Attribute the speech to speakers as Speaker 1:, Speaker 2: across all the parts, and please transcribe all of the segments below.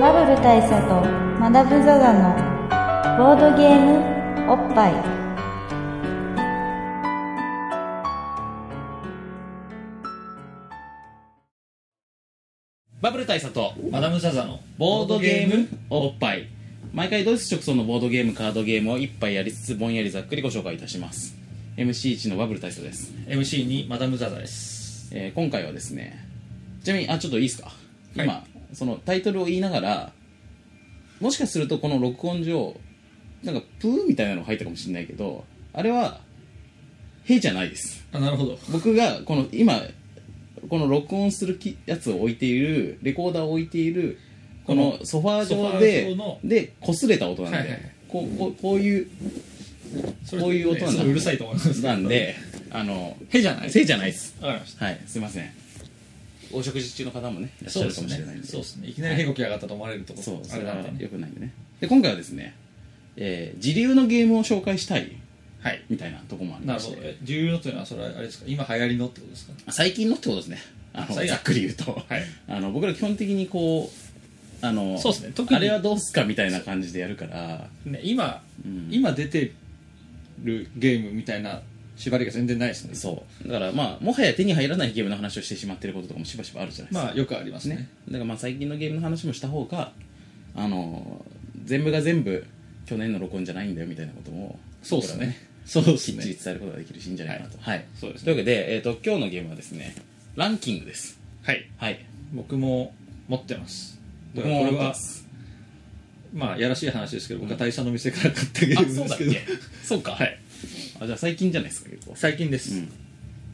Speaker 1: 大佐とマダム・ザ・ザのボードゲームおっぱい
Speaker 2: バブル大佐とマダム・ザ・ザのボードゲームおっぱい毎回ドイツ直送のボードゲームカードゲームを一杯やりつつぼんやりざっくりご紹介いたします MC1 のバブル大佐です、
Speaker 3: MC にマダム・ザ・ザです
Speaker 2: えー今回はですねちなみにあちょっといいですか、今そのタイトルを言いながらもしかするとこの録音上なんかプーみたいなの入ったかもしれないけどあれは「へ」じゃないです
Speaker 3: あなるほど
Speaker 2: 僕がこの今この録音するきやつを置いているレコーダーを置いているこのソファー上
Speaker 3: ソファー
Speaker 2: で
Speaker 3: 上の
Speaker 2: で擦れた音なんで、
Speaker 3: はいはいはい
Speaker 2: こうこうこういう
Speaker 3: それ
Speaker 2: こういう音なんだ
Speaker 3: すごいうるさいと思います
Speaker 2: なんであの
Speaker 3: へじゃない
Speaker 2: せいじゃないです
Speaker 3: わかりまし
Speaker 2: はいすいませんお食事中の方もねいらっ
Speaker 3: た
Speaker 2: し
Speaker 3: そ
Speaker 2: ゃ
Speaker 3: うで
Speaker 2: るか
Speaker 3: す
Speaker 2: もしれない
Speaker 3: ね
Speaker 2: んで
Speaker 3: そうですねいきなりへこき上がったと思われるとこ
Speaker 2: そう
Speaker 3: あ
Speaker 2: そ
Speaker 3: れ
Speaker 2: れ
Speaker 3: な
Speaker 2: は
Speaker 3: んで
Speaker 2: よくないんでねで今回はですね、えー、自流のゲームを紹介したい
Speaker 3: はい
Speaker 2: みたいなとこもあり
Speaker 3: な
Speaker 2: ま
Speaker 3: る
Speaker 2: し
Speaker 3: ほど
Speaker 2: て
Speaker 3: え重要のというのはそれはあれですか今流行りのってことですか
Speaker 2: 最近のってことですねあの
Speaker 3: 最近
Speaker 2: ざっくり言うと、
Speaker 3: はい
Speaker 2: あの僕ら基本的にこうあの
Speaker 3: そうですね特に
Speaker 2: あれはどうすかみたいな感じでやるから
Speaker 3: ね今
Speaker 2: うん
Speaker 3: 今出てるゲームみたいな縛りが全然ないですね
Speaker 2: そうだからまあもはや手に入らないゲームの話をしてしまってることとかもしばしばあるじゃないですか、
Speaker 3: まあよくありますね
Speaker 2: ねだからまあ最近のゲームの話もした方があの全部が全部去年の録音じゃないんだよみたいなことも
Speaker 3: そうですね
Speaker 2: そう
Speaker 3: っ
Speaker 2: き
Speaker 3: す
Speaker 2: っ
Speaker 3: ね
Speaker 2: ちり伝えることができるしいいんじゃないかなとはい、
Speaker 3: そうですね
Speaker 2: というわけで、えー、と今日のゲームはですねランキングです
Speaker 3: はい
Speaker 2: はい
Speaker 3: 僕も持ってます
Speaker 2: 僕も
Speaker 3: これ
Speaker 2: 思って
Speaker 3: は
Speaker 2: ます
Speaker 3: まあやらしい話ですけど僕は大佐の店から買ったゲー
Speaker 2: あ、
Speaker 3: ム
Speaker 2: そう
Speaker 3: で
Speaker 2: だ
Speaker 3: す
Speaker 2: っ
Speaker 3: けど
Speaker 2: けそうか。
Speaker 3: はい
Speaker 2: あ、じゃあ最近じゃないですか、結構。
Speaker 3: 最近です
Speaker 2: うん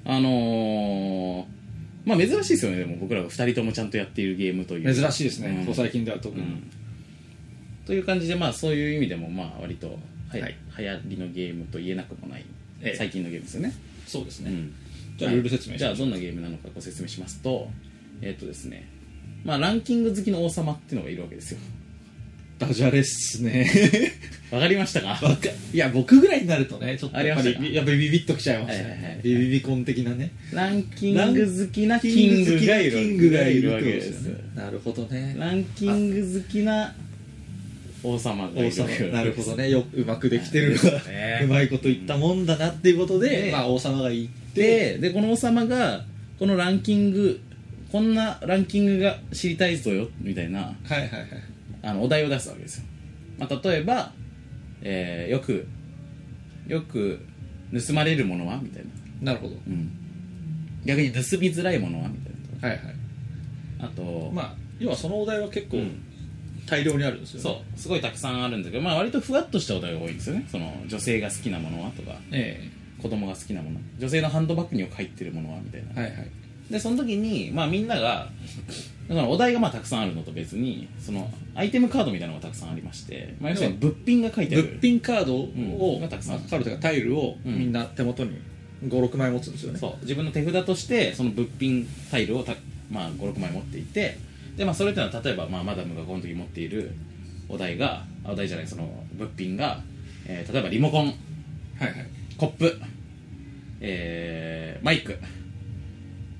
Speaker 2: あのー、まあ珍しいですよね、でも僕らが2人ともちゃんとやっているゲームという。
Speaker 3: 珍しいですね、
Speaker 2: うん
Speaker 3: ここ最近では特に、
Speaker 2: うんという感じで、まあそういう意味でも、まあ割と、はい
Speaker 3: はい
Speaker 2: 流行りのゲームと言えなくもない、
Speaker 3: ええ
Speaker 2: 最近のゲームですよね。
Speaker 3: そうです
Speaker 2: う
Speaker 3: ね、
Speaker 2: ん
Speaker 3: じゃあルール説明しましょう
Speaker 2: じゃあどんなゲームなのかご説明しますと、えっ、とですね、まあランキング好きの王様っていうのがいるわけですよ。
Speaker 3: ダジャレっすね
Speaker 2: わかりましたか
Speaker 3: わかいや 僕ぐらいになるとねちょっと
Speaker 2: あり
Speaker 3: や
Speaker 2: ま
Speaker 3: っぱ
Speaker 2: した
Speaker 3: り
Speaker 2: か
Speaker 3: びやっぱりビビッときちゃいますね、
Speaker 2: はいはいはい
Speaker 3: ビビビコン的なね
Speaker 2: ランキング好きなキングがいる
Speaker 3: キングがいる
Speaker 2: わ
Speaker 3: っ
Speaker 2: け
Speaker 3: てこと
Speaker 2: で
Speaker 3: です
Speaker 2: す
Speaker 3: よ。ねなるほどね
Speaker 2: ランキング好きな王様がいる
Speaker 3: 王様なるほどねようまくできてる
Speaker 2: そう
Speaker 3: わ
Speaker 2: ですね
Speaker 3: うまいこと言ったもんだなっていうことで、
Speaker 2: ね
Speaker 3: まあ、王様が言って
Speaker 2: ででこの王様がこのランキングこんなランキングが知りたいぞよみたいな
Speaker 3: はいはいはい
Speaker 2: あのお題を出すわけですよ、まあ、例えば、えーよくよく盗まれるものはみたいな、
Speaker 3: なるほど
Speaker 2: うん逆に盗みづらいものはみたい
Speaker 3: はいはい
Speaker 2: なあと、
Speaker 3: まあ要はそのお題は結構
Speaker 2: うん
Speaker 3: 大量にあるんですよね、
Speaker 2: そうすごいたくさんあるんだけど、まあ、割とふわっとしたお題が多いんですよねその女性が好きなものはとか
Speaker 3: え
Speaker 2: 子供が好きなもの女性のハンドバッグには入ってるものはみたいな
Speaker 3: えはいはい
Speaker 2: でその時に、まあ、みんながだからお題がまあたくさんあるのと別にそのアイテムカードみたいなのがたくさんありまして、まあ、要するに物品が書いてある
Speaker 3: 物品カード
Speaker 2: う
Speaker 3: を、
Speaker 2: んがたくさんある
Speaker 3: カードというかタイルを
Speaker 2: うん
Speaker 3: みんな手元に56枚持つんですよね、
Speaker 2: そう自分の手札としてその物品タイルをた、まあ、56枚持っていてで、まあ、それっていうのは例えば、まあ、マダムがこの時持っているお題があお題じゃないその物品が、えー例えばリモコン
Speaker 3: はいはい
Speaker 2: コップ、えーマイク、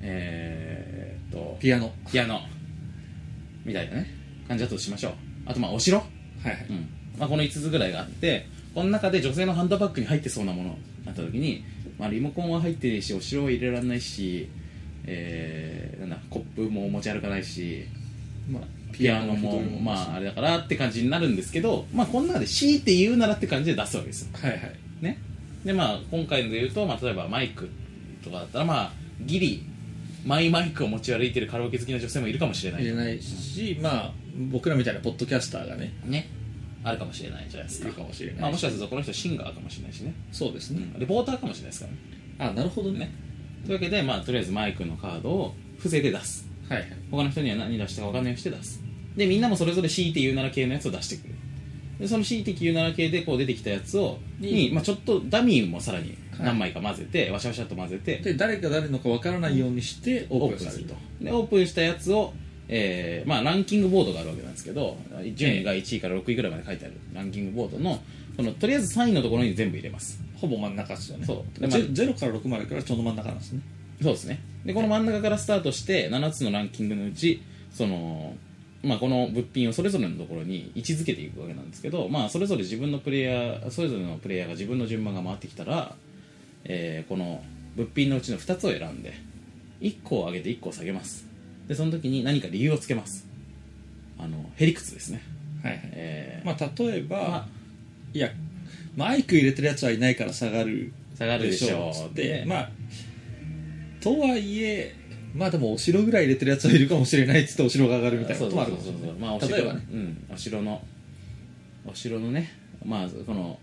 Speaker 2: えー、と
Speaker 3: ピアノ
Speaker 2: ピアノみたいなね感じだとしましょうあとまあお城、
Speaker 3: はいはい、
Speaker 2: うんまあ、この5つぐらいがあってこの中で女性のハンドバッグに入ってそうなものあった時に、まあ、リモコンは入ってねえしお城は入れられないし、えーなんだコップも持ち歩かないし
Speaker 3: まあ、
Speaker 2: ピアノもまああれだからって感じになるんですけど、まあ、この中で強いて言うならって感じで出すわけですよ
Speaker 3: はいはい
Speaker 2: ねでまあ今回ので言うと、まあ、例えばマイクとかだったらまあギリマイマイクを持ち歩いてるカラオケ好きな女性もいるかもしれない
Speaker 3: 入れないし、まあ僕らみたいなポッドキャスターがね
Speaker 2: ねあるかもしれないじゃないです
Speaker 3: い
Speaker 2: か
Speaker 3: るかもしれないし
Speaker 2: まあ、もしかするとこの人シンガーかもしれないしね、
Speaker 3: そうです
Speaker 2: う
Speaker 3: ね、
Speaker 2: ん、レポーターかもしれないですからね
Speaker 3: あなるほどね
Speaker 2: ねというわけで、まあ、とりあえずマイクのカードを伏せで出す
Speaker 3: はいはい
Speaker 2: 他の人には何出したか分かんないようにして出すでみんなもそれぞれ強いて言うなら系のやつを出してくるでその強いて言うなら系でこう出てきたやつをに、まあ、ちょっとダミーもさらに何枚か混ぜて、わしゃわしゃっと混ぜて
Speaker 3: で誰が誰のかわからないようにしてオ
Speaker 2: オ
Speaker 3: ー
Speaker 2: ー
Speaker 3: プ
Speaker 2: プ
Speaker 3: ン
Speaker 2: ン
Speaker 3: さ
Speaker 2: す
Speaker 3: れ
Speaker 2: る
Speaker 3: る
Speaker 2: と
Speaker 3: と
Speaker 2: でオープンしたやつを、えーまあ、ランキングボードがあるわけなんですけど順位が1位から6位ぐらいまで書いてあるランキングボードのこのとりあえず3位のところに全部入れます
Speaker 3: ほぼ真ん中ですよね
Speaker 2: そう
Speaker 3: で
Speaker 2: まあ
Speaker 3: ゼゼロから6までからちょうど真ん中なんですね
Speaker 2: そうですねでこの真ん中からスタートして7つのランキングのうちそのまあ、この物品をそれぞれのところに位置づけていくわけなんですけど、まあ、それぞれ自分のプレイヤーそれぞれのプレイヤーが自分の順番が回ってきたら、えーこの物品のうちの2つを選んで1個を上げて1個を下げますでその時に何か理由をつけますあのへりくつですね
Speaker 3: はいはい
Speaker 2: えー
Speaker 3: まあ例えば、
Speaker 2: ま
Speaker 3: いやマイク入れてるやつはいないから下がる
Speaker 2: 下がるでしょう
Speaker 3: つっ
Speaker 2: で
Speaker 3: てまあとはいえまあでもお城ぐらい入れてるやつはいるかもしれないっつってお城が上がるみたいなこともあるかもしれ
Speaker 2: そうそうそうそう
Speaker 3: な
Speaker 2: まあお
Speaker 3: い
Speaker 2: 城
Speaker 3: 例えばね
Speaker 2: うん、お城のお城のねまあこの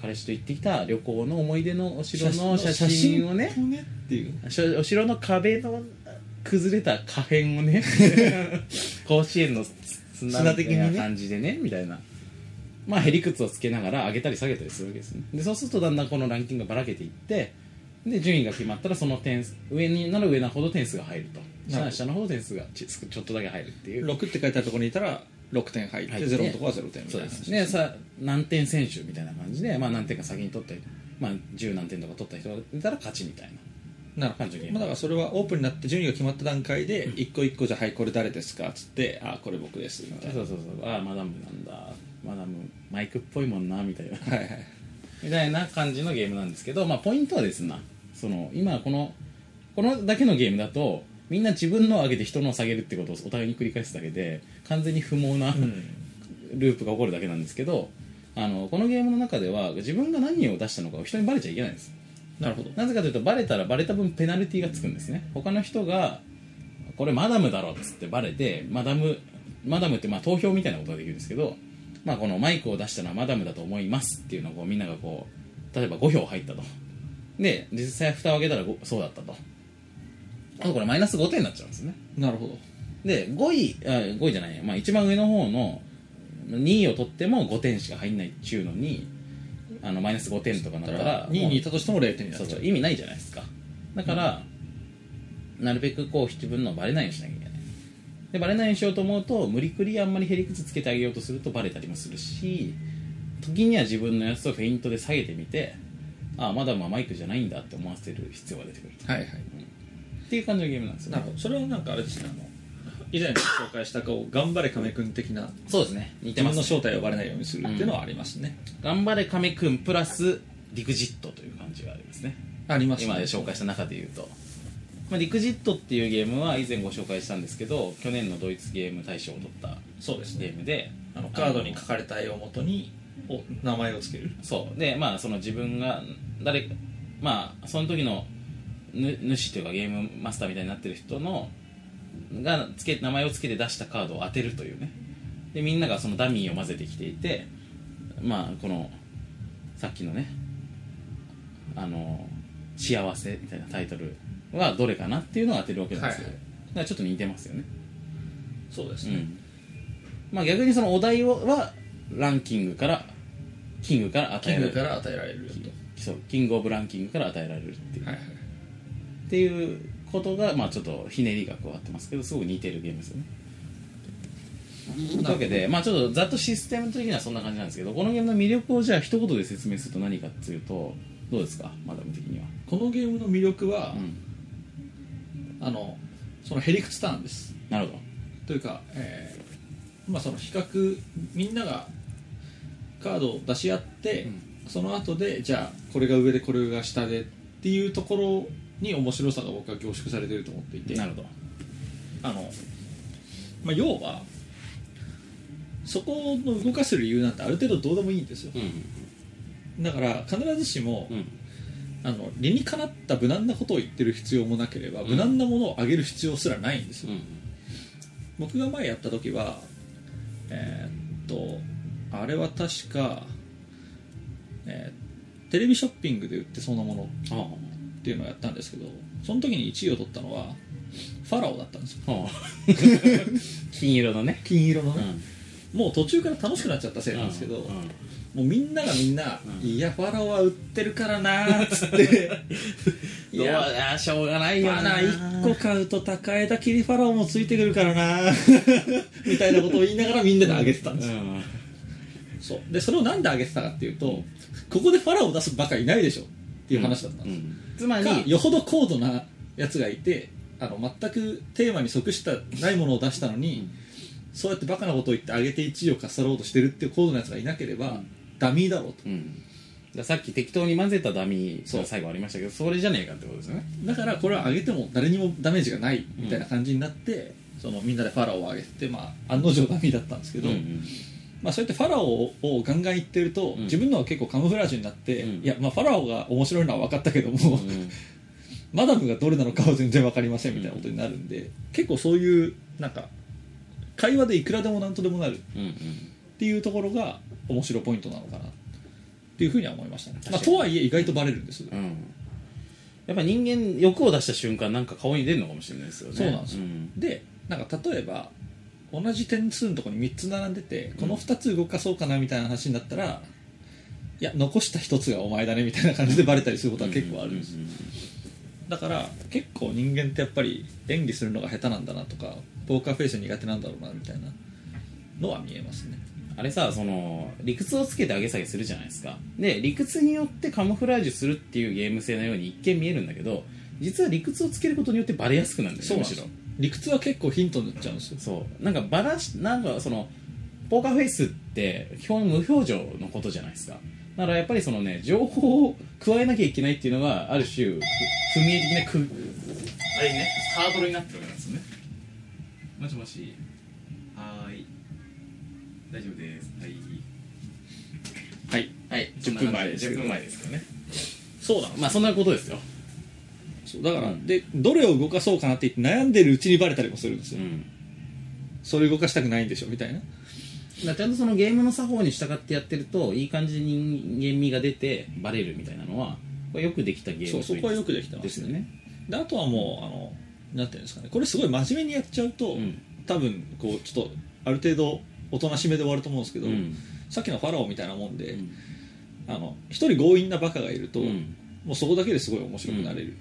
Speaker 2: 彼氏と行ってきた旅行の思い出のお城の写真をね
Speaker 3: 写真っていう
Speaker 2: しょお城の壁の崩れた可変を ね甲子園の
Speaker 3: 砂
Speaker 2: 砂
Speaker 3: 的
Speaker 2: 的
Speaker 3: にね
Speaker 2: な感じでねみたいなまあへりくつをつけながら上げたり下げたりするわけですねでそうするとだんだんこのランキングがばらけていってで順位が決まったらその点数上になる上なほど点数が入ると
Speaker 3: なる
Speaker 2: 下
Speaker 3: ほど
Speaker 2: 下の方点数がちちょっとだけ入るっていう
Speaker 3: 6って書いてあるところにいたら6点入って
Speaker 2: 入って
Speaker 3: 0のところは0点みた
Speaker 2: そう
Speaker 3: いな
Speaker 2: ですねさ何点選手みたいな感じで、まあ、何点か先に取ったり、まあ、10何点とか取った人がいたら勝ちみたいな
Speaker 3: なるほ
Speaker 2: 感じ
Speaker 3: ど、
Speaker 2: で
Speaker 3: まあ、だからそれはオープンになって順位が決まった段階で一個一個じゃはいこれ誰ですかっつってあこれ僕ですみたいな
Speaker 2: そうそうそうああマダムなんだマダムマイクっぽいもんなみたいな
Speaker 3: はいはい
Speaker 2: みたいな感じのゲームなんですけど、まあ、ポイントはですねその今このこのだけのゲームだとみんな自分のを上げて人のを下げるってことをお互いに繰り返すだけで完全に不毛な、ループが起こるだけなんですけどあのこのゲームの中では自分が何を出したのかを人にバレちゃいけないんです
Speaker 3: なるほど
Speaker 2: なぜかというとバレたらバレた分ペナルティがつくんですね他の人がこれマダムだろっつってバレてマダムマダムってまあ投票みたいなことができるんですけど、まあ、このマイクを出したのはマダムだと思いますっていうのをこうみんながこう例えば5票入ったとで実際蓋を開けたらごそうだったとあとこれマイナス5点になっちゃうんですね
Speaker 3: なるほど
Speaker 2: で5位あ5位じゃないや、まあ、一番上の方の2位を取っても5点しか入んないっちゅうのにあのマイナス5点とかな
Speaker 3: だ
Speaker 2: っ
Speaker 3: か
Speaker 2: たら
Speaker 3: ら2位にいたとしても0点になっ
Speaker 2: そう
Speaker 3: ち
Speaker 2: そ
Speaker 3: ゃう
Speaker 2: う意味ないじゃないですかだから、なるべくこう自分のバレないようにしなきゃいけないでバレないようにしようと思うと無理くりあんまりへりくつつけてあげようとするとバレたりもするし時には自分のやつをフェイントで下げてみてああまだまあマイクじゃないんだって思わせる必要が出てくる
Speaker 3: はいはい
Speaker 2: っていう感じのゲームなんですよ、
Speaker 3: なる
Speaker 2: ね、
Speaker 3: ほどそれはなんかあれですねあの以前紹介したこう頑張れ亀くん的な
Speaker 2: そうですね似
Speaker 3: 自
Speaker 2: てま
Speaker 3: 分
Speaker 2: す
Speaker 3: の正体をバレないようにするっていうのはありますね、
Speaker 2: 頑張れ亀くんプラスリクジットという感じがありますね
Speaker 3: ありますね
Speaker 2: 今で紹介した中で言うと、まあ、リクジットっていうゲームは以前ご紹介したんですけど去年のドイツゲーム大賞を取った
Speaker 3: そうです
Speaker 2: ゲ
Speaker 3: ね
Speaker 2: ームで
Speaker 3: あのカードに書かれた絵をもとにお名前をつける
Speaker 2: そうでまあその自分が誰かまあその時のぬ主というかゲームマスターみたいになってる人のがつけ名前をつけて出したカードを当てるというねでみんながそのダミーを混ぜてきていてまあこのさっきのねあの「幸せ」みたいなタイトルはどれかなっていうのを当てるわけなんですよ、
Speaker 3: はいはい
Speaker 2: だからちょっと似てますよね
Speaker 3: そうです
Speaker 2: う、んまあ逆にそのお題をはランキングからキングから与
Speaker 3: キ
Speaker 2: え
Speaker 3: ン
Speaker 2: られ
Speaker 3: グ
Speaker 2: る
Speaker 3: から与えられるよ
Speaker 2: そうキングオブランキングから与えられるっていう,、
Speaker 3: とはいはい
Speaker 2: っていうことが、まあ、ちょっとひねりが加わってますけどすごく似てるゲームですよねというわけで、まあ、ちょっとざっとシステム的にはそんな感じなんですけどこのゲームの魅力をじゃあ一言で説明すると何かっていうとどうですかマダム的には、
Speaker 3: このゲームの魅力は、
Speaker 2: うん、
Speaker 3: あのそのへりくつなんです
Speaker 2: なるほど
Speaker 3: というか、えーまあ、その比較みんながカードを出し合って、その後でじゃあこれが上でこれが下でっていうところに面白さが僕は凝縮されてると思っていて
Speaker 2: なるほど
Speaker 3: あの、まあ、要はそこの動かす理由なんてある程度どうでもいいんですよ
Speaker 2: うん
Speaker 3: だから必ずしも、
Speaker 2: うん
Speaker 3: あの理にかなった無難なことを言ってる必要もなければ、
Speaker 2: ん
Speaker 3: 無難なものを上げる必要すらないんですよ
Speaker 2: うん
Speaker 3: 僕が前やった時はえーっとあれは確か、えーテレビショッピングで売ってそうなもの
Speaker 2: ああ
Speaker 3: っていうのをやったんですけどその時に1位を取ったのはファラオだったんですよ
Speaker 2: ああ金色のね
Speaker 3: 金色の
Speaker 2: う
Speaker 3: ね、もう途中から楽しくなっちゃったせいなんですけど、
Speaker 2: うん
Speaker 3: もうみんながみんな、
Speaker 2: うん
Speaker 3: いやファラオは売ってるからなーっつって い
Speaker 2: いや
Speaker 3: や
Speaker 2: あしょうがないよ
Speaker 3: ま
Speaker 2: な
Speaker 3: だ1個買うと高枝切りファラオもついてくるからな みたいなことを言いながらみんなで上げてたんですよ、
Speaker 2: うん
Speaker 3: そうでそれをなんで上げてたかっていうとここでファラオを出すバカいないでしょっていう話だったん
Speaker 2: う
Speaker 3: です、
Speaker 2: んつまり
Speaker 3: かよほど高度なやつがいてあの全くテーマに即したないものを出したのに、そうやってバカなことを言って上げて1位をかっさろうとしてるっていう高度なやつがいなければ、ダミーだろうと
Speaker 2: うんだからさっき適当に混ぜたダミーが最後ありましたけどそれじゃねえかってことですよね
Speaker 3: だからこれは上げても誰にもダメージがないみたいな感じになって、そのみんなでファラオを上げて、まあ、案の定ダミーだったんですけど、まあ、そうやってファラオをガンガン言ってると、
Speaker 2: うん
Speaker 3: 自分のは結構カムフラージュになって、
Speaker 2: うん
Speaker 3: いや、まあ、ファラオが面白いのは分かったけども、
Speaker 2: うん
Speaker 3: マダムがどれなのかは全然分かりませんみたいなことになるんで、結構そういうなんか会話でいくらでもなんとでもなるっ
Speaker 2: うん
Speaker 3: ていうところが面白いポイントなのかなっていうふうには思いましたね、まあ、
Speaker 2: 確か
Speaker 3: と
Speaker 2: に
Speaker 3: はいえ意外とバレるんです、
Speaker 2: うんうんやっぱ人間欲を出した瞬間なんか顔に出るのかもしれないですよね
Speaker 3: そうなんですよ
Speaker 2: うん
Speaker 3: でなんか例えば同じ点数のところに3つ並んでてこの2つ動かそうかなみたいな話になったら、いや残した1つがお前だねみたいな感じでバレたりすることは結構あるんです、
Speaker 2: うんうんうん
Speaker 3: だから結構人間ってやっぱり演技するのが下手なんだなとかポーカーフェイス苦手なんだろうなみたいなのは見えますね
Speaker 2: あれさその理屈をつけて上げ下げするじゃないですかで理屈によってカモフラージュするっていうゲーム性のように一見見えるんだけど実は理屈をつけることによってバレやすくなるんだよね
Speaker 3: む
Speaker 2: む
Speaker 3: し
Speaker 2: し
Speaker 3: ろ
Speaker 2: ろ
Speaker 3: 理屈は結構ヒントになっちゃうんですよ
Speaker 2: そうなんかバラしなんかそのポーカーフェイスって基本無表情のことじゃないですかだからやっぱりそのね情報を加えなきゃいけないっていうのがある種ふ踏み絵的なくあれねハードルになってるわけなんですよねもしもしはーい大丈夫ですはい
Speaker 3: はい
Speaker 2: はい
Speaker 3: 10分前ですけ
Speaker 2: 10
Speaker 3: ど
Speaker 2: 分前ですけどね
Speaker 3: そうなん
Speaker 2: まあそんなことですよ
Speaker 3: そうだから、
Speaker 2: うん
Speaker 3: でどれを動かそうかなって言って悩んでるうちにバレたりもするんです
Speaker 2: う
Speaker 3: よ、
Speaker 2: ん
Speaker 3: それ動かしたくないんでしょみたいな
Speaker 2: だからちゃんとそのゲームの作法に従ってやってるといい感じに人間味が出てバレるみたいなのはこれよくできたゲーム
Speaker 3: そうそこはよくできてます
Speaker 2: ですよね
Speaker 3: であとはもうあのなんていうんですかねこれすごい真面目にやっちゃうと、
Speaker 2: うん
Speaker 3: 多分こうちょっとある程度おとなしめで終わると思うんですけど、
Speaker 2: うん
Speaker 3: さっきのファラオみたいなもんで、
Speaker 2: うん
Speaker 3: あの一人強引なバカがいると、
Speaker 2: うん
Speaker 3: もうそこだけですごい面白くなれる、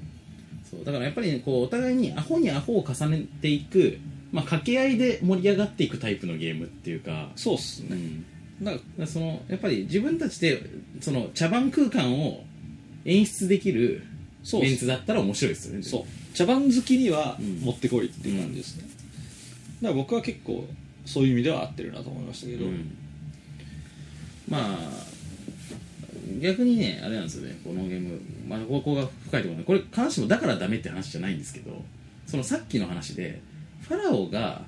Speaker 2: そうだからやっぱりねこうお互いにアホにアホを重ねていく、まあ、掛け合いで盛り上がっていくタイプのゲームっていうか、
Speaker 3: そうっす
Speaker 2: う
Speaker 3: ね、
Speaker 2: ん、だ
Speaker 3: なんか
Speaker 2: からそのやっぱり自分たちでその茶番空間を演出できる
Speaker 3: そうっ
Speaker 2: メン
Speaker 3: す
Speaker 2: ツだったら面白いですよね
Speaker 3: そう茶番好きには
Speaker 2: うん
Speaker 3: 持ってこいっていう感じですね、だから僕は結構そういう意味では合ってるなと思いましたけど、
Speaker 2: うんまあ逆にねあれなんですよねこのゲーム、まあ、ここが深いところでこれ必ずしもだからダメって話じゃないんですけどそのさっきの話でファラオが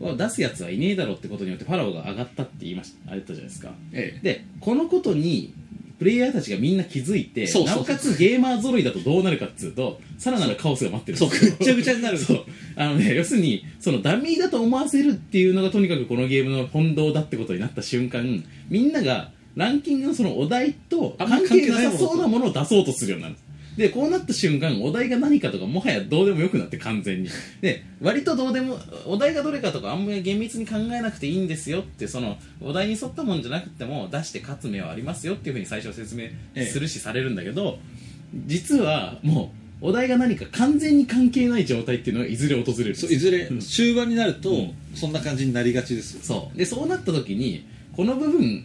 Speaker 2: は出すやつはいねえだろってことによってファラオが上がったって言いましたあれだったじゃないですか
Speaker 3: ええ
Speaker 2: でこのことにプレイヤーたちがみんな気づいて
Speaker 3: そうそうそう
Speaker 2: なおかつゲーマー揃いだとどうなるかっつうとさらなるカオスが待ってるん
Speaker 3: そう
Speaker 2: で
Speaker 3: ぐ
Speaker 2: すよ
Speaker 3: っちゃぐちゃにな る
Speaker 2: そうあのね要するにそのダミーだと思わせるっていうのがとにかくこのゲームの本道だってことになった瞬間みんながランキングのそのお題と
Speaker 3: あんま
Speaker 2: 関
Speaker 3: 関係
Speaker 2: 係
Speaker 3: な
Speaker 2: ない
Speaker 3: もの
Speaker 2: さそうなものを出そうとするようになるでこうなった瞬間お題が何かとかもはやどうでもよくなって完全にで割とどうでもお題がどれかとかあんまり厳密に考えなくていいんですよってそのお題に沿ったもんじゃなくても出して勝つ目はありますよっていうふうに最初は説明するし、されるんだけど実はもうお題が何か完全に関係ない状態っていうのがいずれ訪れるんです
Speaker 3: そういずれ
Speaker 2: うん
Speaker 3: 終盤になると、
Speaker 2: うん
Speaker 3: そんな感じになりがちですよ
Speaker 2: そうでそうなった時にこの部分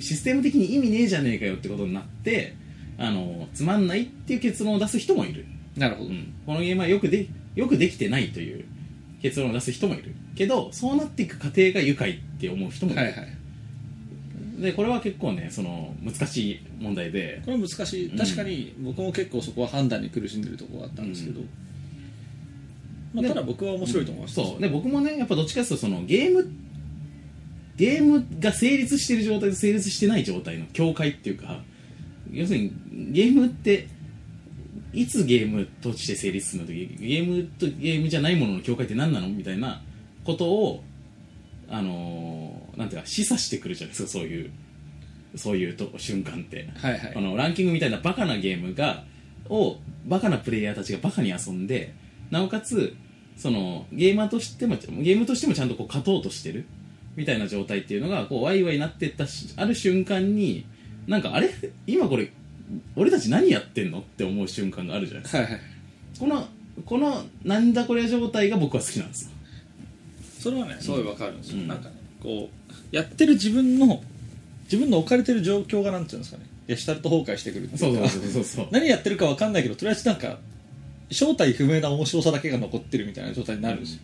Speaker 2: システム的に意味ねえじゃねえかよってことになってあのつまんないっていう結論を出す人もいる、
Speaker 3: なるほ
Speaker 2: う
Speaker 3: ど、
Speaker 2: ん、このゲームはよくでよくできてないという結論を出す人もいるけどそうなっていく過程が愉快って思う人もいる、
Speaker 3: はいはい
Speaker 2: でこれは結構ねその難しい問題で
Speaker 3: これは難しい
Speaker 2: うん
Speaker 3: 確かに僕も結構そこは判断に苦しんでるところがあったんですけど、ま
Speaker 2: で
Speaker 3: あ、ただ僕は面白いと思いました、
Speaker 2: そうで僕もねやっぱどっちかっていうとそのゲームゲームが成立してる状態と成立してない状態の境界っていうか要するにゲームっていつゲームとして成立するのとゲームとゲームじゃないものの境界って何なのみたいなことをあのーなんていうか示唆してくるじゃないですかそういうそういうと瞬間って
Speaker 3: はいはい
Speaker 2: このランキングみたいなバカなゲームがをバカなプレイヤーたちがバカに遊んでなおかつそのゲーマーとしてもゲームとしてもちゃんとこう勝とうとしてるみたいな状態っていうのがこうワイワイなってったしある瞬間になんかあれ今これ俺たち何やってんのって思う瞬間があるじゃないですか
Speaker 3: はいはい
Speaker 2: このこのなんだこれ状態が僕は好きなんですよ
Speaker 3: それはねすごいわかるんですよ、
Speaker 2: うん
Speaker 3: なんかねこうやってる自分の自分の置かれてる状況がなんていうんですかねゲシュタルト崩壊してくるっていうか
Speaker 2: そうそう
Speaker 3: 何やってるかわかんないけどとりあえずなんか正体不明な面白さだけが残ってるみたいな状態になるんですよ、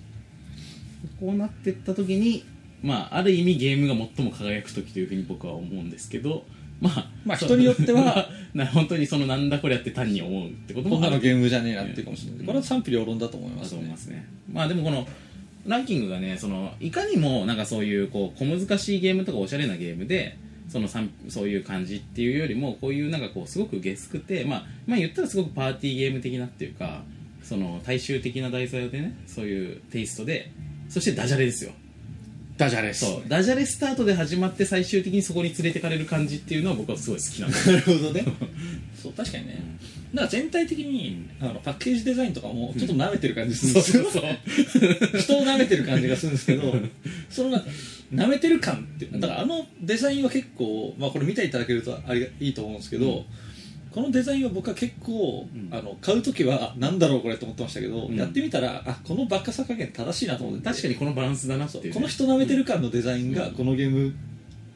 Speaker 2: こうなってった時にまあある意味ゲームが最も輝く時というふうに僕は思うんですけどまあ
Speaker 3: まあ
Speaker 2: そう
Speaker 3: 人によっては
Speaker 2: な本当にそのなんだこれやって単に思うってこと
Speaker 3: こん
Speaker 2: もあ
Speaker 3: な
Speaker 2: る
Speaker 3: のゲームじゃねえなっていうかもしれない、
Speaker 2: うん
Speaker 3: これは賛否両論だと思いま
Speaker 2: だ
Speaker 3: す
Speaker 2: と思い
Speaker 3: ね
Speaker 2: ますねまあでもこのランキングがねそのいかにもなんかそういうこう小難しいゲームとかおしゃれなゲームでそのさんそういう感じっていうよりもこういうなんかこうすごくゲスくて、まあ、まあ言ったらすごくパーティーゲーム的なっていうかその大衆的な題材でねそういうテイストでそしてダジャレですよ
Speaker 3: ダジャレ
Speaker 2: そううダジャレスタートで始まって最終的にそこに連れてかれる感じっていうのは僕はすごい好きなんです
Speaker 3: なるほど ねそう確かにねだから全体的にあのパッケージデザインとかもちょっと舐めてる感じするんですよ、 人を舐めてる感じがするんですけどそのなんか舐めてる感ってだからあのデザインは結構、まあ、これ見ていただけるとありがいいと思うんですけど、
Speaker 2: うん
Speaker 3: このデザインは僕は結構、
Speaker 2: うん
Speaker 3: あの買う時はなんだろうこれと思ってましたけど、
Speaker 2: うん
Speaker 3: やってみたらあこのバカさ加減正しいなと思って
Speaker 2: 確かにこのバランスだなって
Speaker 3: そ
Speaker 2: いううね、
Speaker 3: この人舐めてる感のデザインが
Speaker 2: うん
Speaker 3: このゲーム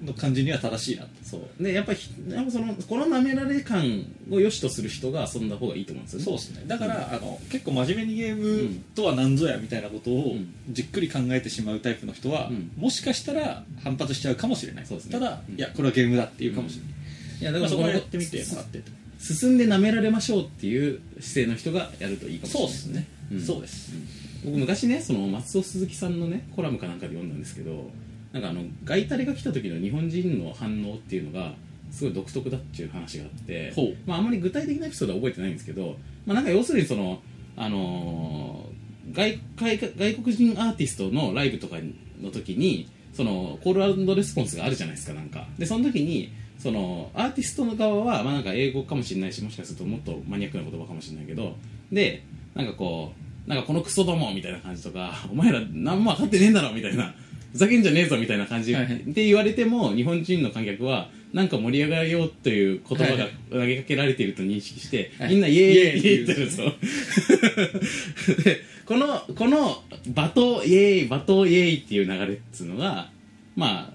Speaker 3: の感じには正しいなと
Speaker 2: そうでやっぱりやっぱそのこの舐められ感を良しとする人が遊んだ方がいいと思うんですよね
Speaker 3: そうですねだから、あの結構真面目にゲームとは何ぞやみたいなことを
Speaker 2: うん
Speaker 3: じっくり考えてしまうタイプの人は、
Speaker 2: うん
Speaker 3: もしかしたら反発しちゃうかもしれない
Speaker 2: そうですね
Speaker 3: ただ、
Speaker 2: うん
Speaker 3: いやこれはゲームだっていうかもしれない、
Speaker 2: いやだ
Speaker 3: ま
Speaker 2: か
Speaker 3: あ、
Speaker 2: ら
Speaker 3: そ
Speaker 2: こ
Speaker 3: こ
Speaker 2: の
Speaker 3: はやってみてもらってと
Speaker 2: 進んで舐められましょうっていう姿勢の人がやるといいかもしれ
Speaker 3: そう
Speaker 2: ない
Speaker 3: ですね、
Speaker 2: うん
Speaker 3: そうです、
Speaker 2: 僕昔ねその松尾鈴木さんのねコラムかなんかで読んだんですけどなんかあの外タレが来た時の日本人の反応っていうのがすごい独特だっていう話があって
Speaker 3: ほう
Speaker 2: まあ、あんまり具体的なエピソードは覚えてないんですけど、まあ、なんか要するにその、あのー外外外国人アーティストのライブとかの時にそのコールレスポンスがあるじゃないですかなんかでその時にそのアーティストの側は、まあ、なんか英語かもしれないしもしかするともっとマニアックな言葉かもしれないけどでなんかこうなんかこのクソどもみたいな感じとか お前ら何も分かってねえんだろみたいなふざけんじゃねえぞみたいな感じ
Speaker 3: はいはい
Speaker 2: って言われても日本人の観客はなんか盛り上がようという言葉
Speaker 3: はいは
Speaker 2: が
Speaker 3: い
Speaker 2: 投げかけられていると認識して、
Speaker 3: はい
Speaker 2: みんなイエーイって言ってるんです
Speaker 3: イ
Speaker 2: よ でこのこの罵倒イエーイ罵倒イエーイっていう流れっつうのがま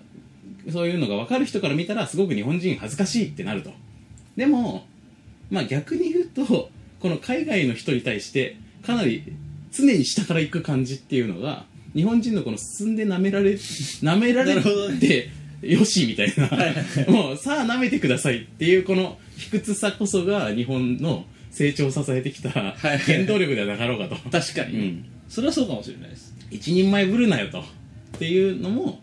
Speaker 2: あそういうのが分かる人から見たらすごく日本人恥ずかしいってなるとでもまあ逆に言うとこの海外の人に対してかなり常に下から行く感じっていうのが日本人のこの進んで舐め られ舐められ
Speaker 3: なるほどね
Speaker 2: ってよしみたいなもうさあ舐めてくださいっていうこの卑屈さこそが日本の成長を支えてきた
Speaker 3: い
Speaker 2: 原動力ではなかろうかと、
Speaker 3: 確か
Speaker 2: う
Speaker 3: に、
Speaker 2: ん、
Speaker 3: それはそうかもしれないです
Speaker 2: 一人前ぶるなよとっていうのも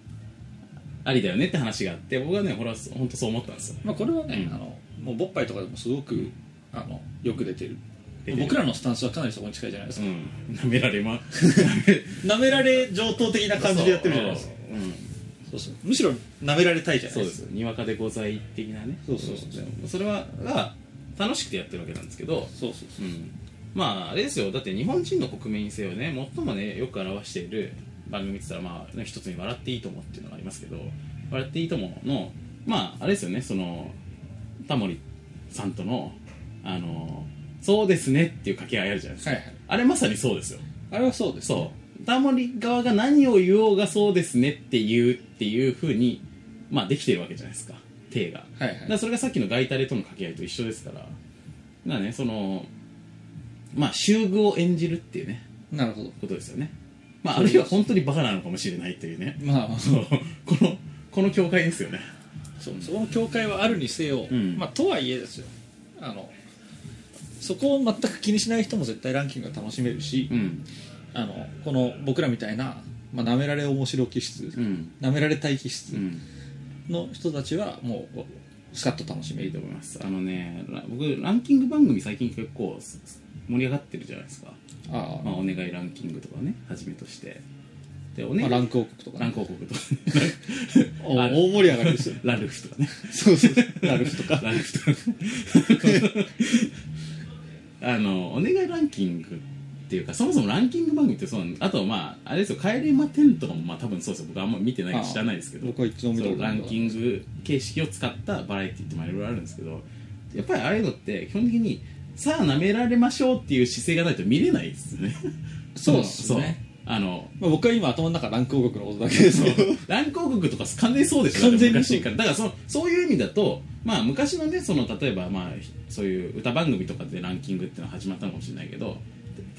Speaker 2: ありだよねって話があって僕はねほら本当そう思ったんですよ
Speaker 3: まあ、これはね、
Speaker 2: うん
Speaker 3: あのもうボッパイとかでもすごく、あのよく出てる
Speaker 2: 出てる
Speaker 3: 僕らのスタンスはかなりそこに近いじゃないです
Speaker 2: う
Speaker 3: か、
Speaker 2: ん舐められま
Speaker 3: 舐められ上等的な 感じでやってるじゃないですか
Speaker 2: そう,、うん、
Speaker 3: そうそうむしろ舐められたいじゃな
Speaker 2: そ
Speaker 3: いうで
Speaker 2: ですす
Speaker 3: か
Speaker 2: にわかでござい的なね
Speaker 3: そうそうそう
Speaker 2: それはが楽しくてやってるわけなんですけど
Speaker 3: そうそうそう
Speaker 2: うんまああれですよだって日本人の国民性をね最もねよく表している番組って言ったらまあね一つに「笑っていいとも」っていうのがありますけど「笑っていいともの」まああれですよねそのタモリさんとのあのそうですねっていう掛け合いあるじゃないですか、
Speaker 3: はいはい
Speaker 2: あれまさにそうですよ
Speaker 3: あれはそうです
Speaker 2: そうタモリ側が何を言おうがそうですねっていうっていうふうにまあできてるわけじゃないですか体が
Speaker 3: はいは
Speaker 2: だからそれがさっきのガイタレとの掛け合いと一緒ですからだからねそのまあ修具を演じるっていうね
Speaker 3: いなるほど
Speaker 2: ことですよねまあ
Speaker 3: そ
Speaker 2: あ
Speaker 3: う
Speaker 2: る
Speaker 3: です
Speaker 2: いは本当にバカなのかもしれないというね
Speaker 3: まあまあ
Speaker 2: そうこのこの境界ですよね
Speaker 3: そうそこの境界はあるにせよ、
Speaker 2: うん
Speaker 3: まあとはいえですよあのそこを全く気にしない人も絶対ランキングが楽しめるし、
Speaker 2: うん
Speaker 3: あのこの僕らみたいな、まあ、舐められ面白気質、
Speaker 2: うん
Speaker 3: 舐められたい気
Speaker 2: う
Speaker 3: 質
Speaker 2: ん
Speaker 3: の人たちはもうスカッと楽しめ
Speaker 2: いい
Speaker 3: る
Speaker 2: と思いますあのねら僕ランキング番組最近結構す盛り上がってるじゃないですか
Speaker 3: ああ、
Speaker 2: ま
Speaker 3: ま
Speaker 2: あ、お願いランキングとかねはじめとしてでお
Speaker 3: あ
Speaker 2: 願い、
Speaker 3: ランク王国とか、
Speaker 2: ラン
Speaker 3: ね、
Speaker 2: 広告とか
Speaker 3: お大盛り上がりですよ
Speaker 2: ラルフとかね
Speaker 3: そうそう ラルフとか
Speaker 2: ラルフとかあのお願いランキングっていうかそもそもランキング番組ってそうなんあとまああれですよ「帰れま10」とかもまあ多分そうですよ僕あんま見てないから知らないですけど
Speaker 3: 僕は一度も見た
Speaker 2: そ
Speaker 3: こ
Speaker 2: う
Speaker 3: と
Speaker 2: ラ
Speaker 3: ない
Speaker 2: ンキング形式を使ったバラエティってまあいろいろあるんですけどやっぱりああいうのって基本的にさあ舐められましょうっていう姿勢がないと見れないですよね
Speaker 3: そうです ね
Speaker 2: そうあの
Speaker 3: まあ、僕は今頭の中ランク王国のことだけですけど
Speaker 2: 乱広告とか完全にそうでしょ
Speaker 3: 完全にそう
Speaker 2: 昔からだからそのそういう意味だと、まあ、昔のねその例えば、まあ、ひそういう歌番組とかでランキングっていうのは始まったのかもしれないけど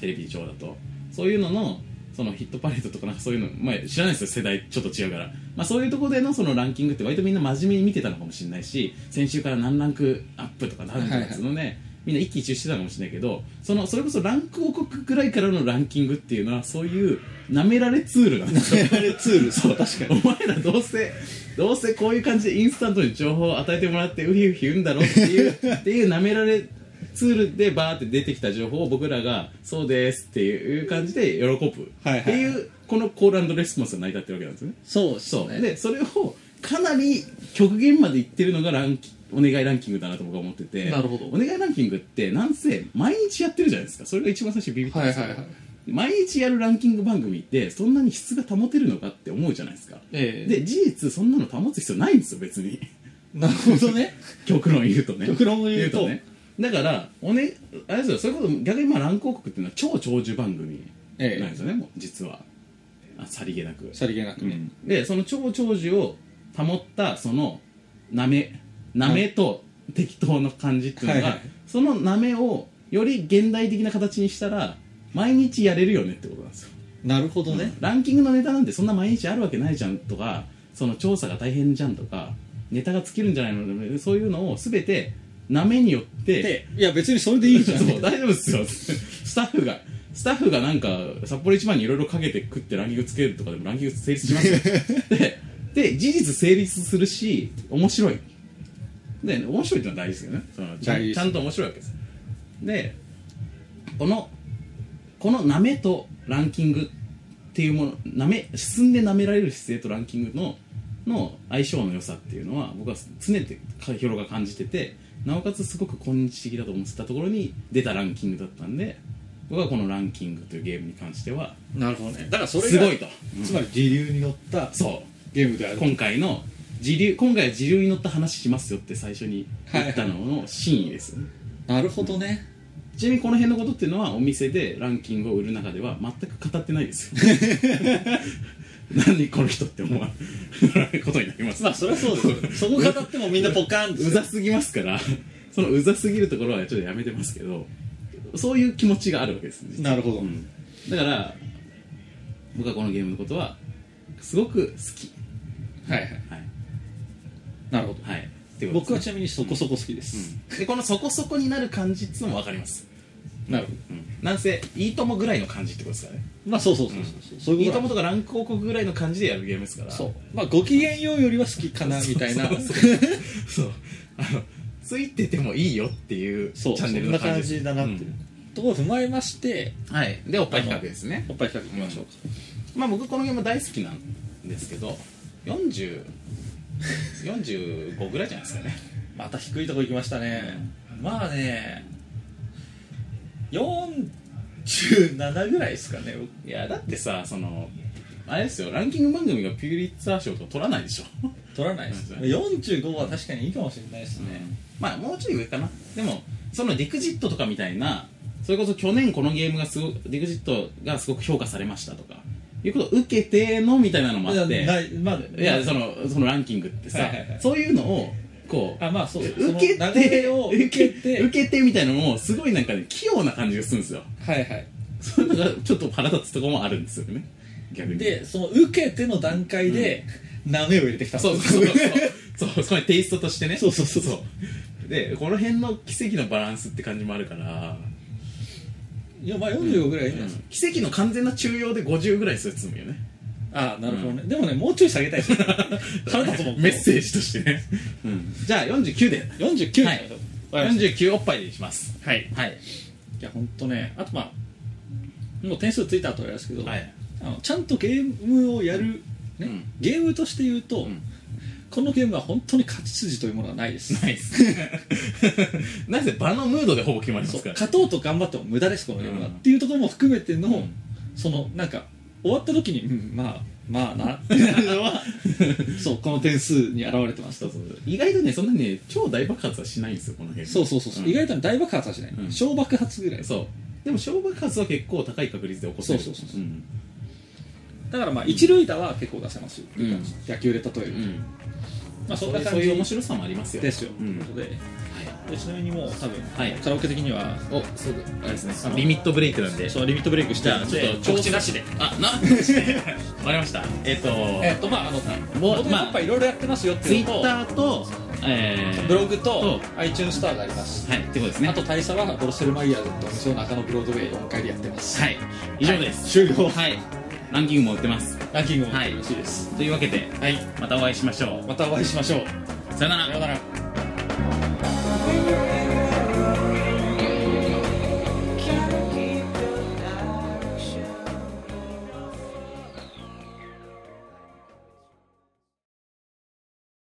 Speaker 2: テテレビ上だとそういうののそのヒットパレードとかなんかそういうの、まあ、知らないですよ世代ちょっと違うから、まあ、そういうところでのそのランキングって割とみんな真面目に見てたのかもしれないし先週から何ランクアップとか何とかっていうのね、みんな一喜一憂してたのかもしれないけどそのそれこそランク王国ぐらいからのランキングっていうのはそういうなめられツールなんです よ
Speaker 3: あれツールそう確か に
Speaker 2: お前らどうせどうせこういう感じでインスタントに情報を与えてもらってウヒウヒ言うんだろって いうっていうなめられツールでバーって出てきた情報を僕らが「そうです」っていう感じで喜ぶ
Speaker 3: はいはい
Speaker 2: っていうこのコールレスポンスが成り立ってるわけなんですね。
Speaker 3: そうです
Speaker 2: そう
Speaker 3: ね
Speaker 2: でそれをかなり極限までいってるのがランキお願いランキングだなと僕は思ってて
Speaker 4: なるほど
Speaker 2: お願いランキングってなんせ毎日やってるじゃないですかそれが一番最初ビビったん
Speaker 4: は
Speaker 2: で
Speaker 4: い
Speaker 2: す
Speaker 4: はい
Speaker 2: よ
Speaker 4: はい
Speaker 2: 毎日やるランキング番組ってそんなに質が保てるのかって思うじゃないですか
Speaker 4: ええ
Speaker 2: で事実そんなの保つ必要ないんですよ別 に
Speaker 4: なるほど
Speaker 3: そうね
Speaker 2: 極論言うとね
Speaker 3: 極論を言うと
Speaker 2: ねだからおねあれですよそれこそ逆にまあ乱広告っていうのは超長寿番組
Speaker 3: ええ
Speaker 2: なんですよね、もう実はあさりげなく
Speaker 3: さりげなくね、
Speaker 2: でその超長寿を保ったそのなめなめと適当な感じっていうのが、
Speaker 3: はいはい
Speaker 2: そのなめをより現代的な形にしたら毎日やれるよねってことなんですよ
Speaker 3: なるほどね、
Speaker 2: ランキングのネタなんてそんな毎日あるわけないじゃんとかその調査が大変じゃんとかネタが尽きるんじゃないのそういうのを全てなめによって
Speaker 3: でいや別にそれでいいじゃん
Speaker 2: そう大丈夫ですよスタッフがスタッフがなんか札幌一番にいろいろかけて食ってランキングつけるとかでもランキング成立しますよでで事実成立するし面白いで面白いってのは大事ですよねそのちゃん
Speaker 3: 大事です
Speaker 2: ちゃんと面白いわけですでこのこのなめとランキングっていうものなめ進んでなめられる姿勢とランキングのの相性の良さっていうのは僕は常にヒロが感じててなおかつすごく今日的だと思ってたところに出たランキングだったんで僕はこのランキングというゲームに関しては
Speaker 4: なるほどねだからそれが
Speaker 2: すごいと
Speaker 3: つまり時流に乗った
Speaker 2: そう
Speaker 3: ゲームである
Speaker 2: 今回の時流今回は時流に乗った話しますよって最初に言ったのの真意ですよね、
Speaker 3: なるほどね
Speaker 2: ちなみにこの辺のことっていうのはお店でランキングを売る中では全く語ってない ですよ何この人って思われることになります
Speaker 3: まあそりゃそうですよそこ語ってもみんなポカーン
Speaker 2: う
Speaker 3: ですよ
Speaker 2: ざすぎますからそのうざすぎるところはちょっとやめてますけどそういう気持ちがあるわけですね
Speaker 3: なるほど、
Speaker 2: うんだから僕はこのゲームのことはすごく好き
Speaker 3: はいはい
Speaker 2: はい
Speaker 3: なるほど
Speaker 2: はいってことですね
Speaker 3: 僕はちなみにそこそこ好きです、
Speaker 2: でこのそこそこになる感じっつうのも分かります、
Speaker 3: なるほ
Speaker 2: うん、なんせいいともぐらいの感じってことですからね
Speaker 3: どまあそうそうそうそう、そう
Speaker 2: い
Speaker 3: い
Speaker 2: いうと
Speaker 3: こ
Speaker 2: も
Speaker 3: と
Speaker 2: とか乱広告ぐらいの感じでやるゲームですから
Speaker 3: そうまあご機嫌ようよりは好きかなみたいな
Speaker 2: そうそうそう そうあのついててもいいよっていうチ
Speaker 3: そう
Speaker 2: ャンネルの感じ
Speaker 3: そんな感じだなっていう、ところを踏まえまして
Speaker 2: うんはいでおっぱい比較ですね
Speaker 3: おっぱい比較いきましょうか、
Speaker 2: まあ僕このゲーム大好きなんですけど40 45ぐらいじゃないですかね
Speaker 3: また低いとこ行きましたね、まあね47ぐらいですかね
Speaker 2: いやだってさそのあれですよランキング番組がピューリッツァー賞とか取らないでしょ
Speaker 3: 取らないです45は確かにいいかもしれないですね、
Speaker 2: まあもうちょい上かなでもそのディクジットとかみたいなそれこそ去年このゲームがすごくディクジットがすごく評価されましたとかいうことを受けてのみたいなのも
Speaker 3: い
Speaker 2: あ
Speaker 3: や
Speaker 2: ってい
Speaker 3: な
Speaker 2: や
Speaker 3: いまだ
Speaker 2: そのそのランキングってさ、
Speaker 3: はいはいはい
Speaker 2: そういうのをこう
Speaker 3: あまあそうそう
Speaker 2: 受け
Speaker 3: その流
Speaker 2: て
Speaker 3: れを受けて
Speaker 2: 受けてみたいなのもすごいなんかね器用な感じがするんですよ
Speaker 3: はいはい
Speaker 2: そういうのがちょっと腹立つとこもあるんですよね逆に
Speaker 3: でその受けての段階で、なめを入れてきたんで
Speaker 2: そう
Speaker 3: す
Speaker 2: そうそうそうそうそこにテイストとしてね
Speaker 3: そうそうそうそう
Speaker 2: そうでこの辺の奇跡のバランスって感じもあるから
Speaker 3: いやまあ45ぐらいいいんじゃないですか、
Speaker 2: 奇跡の完全な中用で50ぐらいするつもりよね
Speaker 3: ああなるほどね、でもねもうちょい下げたいですね 腹立つもん
Speaker 2: メッセージとしてね、じゃあ49で
Speaker 3: 49に
Speaker 2: は
Speaker 3: ないりましょうわかりまし
Speaker 2: 49おっぱいでします
Speaker 3: たはい
Speaker 2: はい
Speaker 3: いや本当ねあとまあもう点数ついた後はあれですけど、
Speaker 2: はい
Speaker 3: あのちゃんとゲームをやる、
Speaker 2: う
Speaker 3: ね
Speaker 2: ん
Speaker 3: ゲームとして言うと、
Speaker 2: ん
Speaker 3: このゲームは本当に勝ち筋というものはな いです
Speaker 2: ナイ スなぜ場のムードでほぼ決まりま
Speaker 3: そう
Speaker 2: すから
Speaker 3: 勝とうと頑張っても無駄ですこのゲームは、
Speaker 2: うん
Speaker 3: っていうところも含めての、
Speaker 2: うん
Speaker 3: そのなんか終わった時に、うんまあまあ なっていうのはそうこの点数に表れてます
Speaker 2: そうそう意外とねそんなね超大爆発はしないんですよこの辺
Speaker 3: そうそうそうそう、
Speaker 2: うん
Speaker 3: 意外とね大爆発はしない、
Speaker 2: うん
Speaker 3: 小爆発ぐらい
Speaker 2: そうでも小爆発は結構高い確率で起こせる
Speaker 3: そうそうそうそうんだからまあ一塁打は結構出せますよ、
Speaker 2: うん
Speaker 3: 野球で例えると、
Speaker 2: うん
Speaker 3: まあそん
Speaker 2: そ
Speaker 3: な
Speaker 2: う
Speaker 3: 感
Speaker 2: いう
Speaker 3: じ
Speaker 2: 面白さもありますよ
Speaker 3: ですよ、
Speaker 2: うん
Speaker 3: ということで
Speaker 2: はい
Speaker 3: でちなみにもう多分、
Speaker 5: はい
Speaker 3: カラオケ的には
Speaker 2: おそうだあれです
Speaker 3: あ
Speaker 2: ね
Speaker 3: の
Speaker 2: リミットブレイクなんで
Speaker 3: そうリミットブレイクしてるん
Speaker 2: じゃあちょっ
Speaker 3: で
Speaker 2: と
Speaker 3: 告知なしで
Speaker 2: あなわかりましたえっ、と
Speaker 3: えっとまああの
Speaker 2: も
Speaker 3: ボ
Speaker 2: う
Speaker 3: ードゲームカップはいろいろやってますよって
Speaker 2: ツイ
Speaker 3: いうの
Speaker 2: ッタ
Speaker 3: と
Speaker 2: ーと、えー、
Speaker 3: ブログと
Speaker 2: と
Speaker 3: iTunes ストアがあります
Speaker 2: はいってことですね
Speaker 3: あと大佐はドロセルマイヤーズってお店を中野ブロードウェイ4階でやってます
Speaker 2: はい以上です、
Speaker 3: 終了
Speaker 2: はいランキングも売ってます
Speaker 3: ランキングも
Speaker 2: はい
Speaker 3: よろしいです
Speaker 2: というわけで
Speaker 3: はい
Speaker 2: またお会いしましょ
Speaker 3: またお会いしましょう
Speaker 2: うさよなら
Speaker 3: さようなら
Speaker 1: 「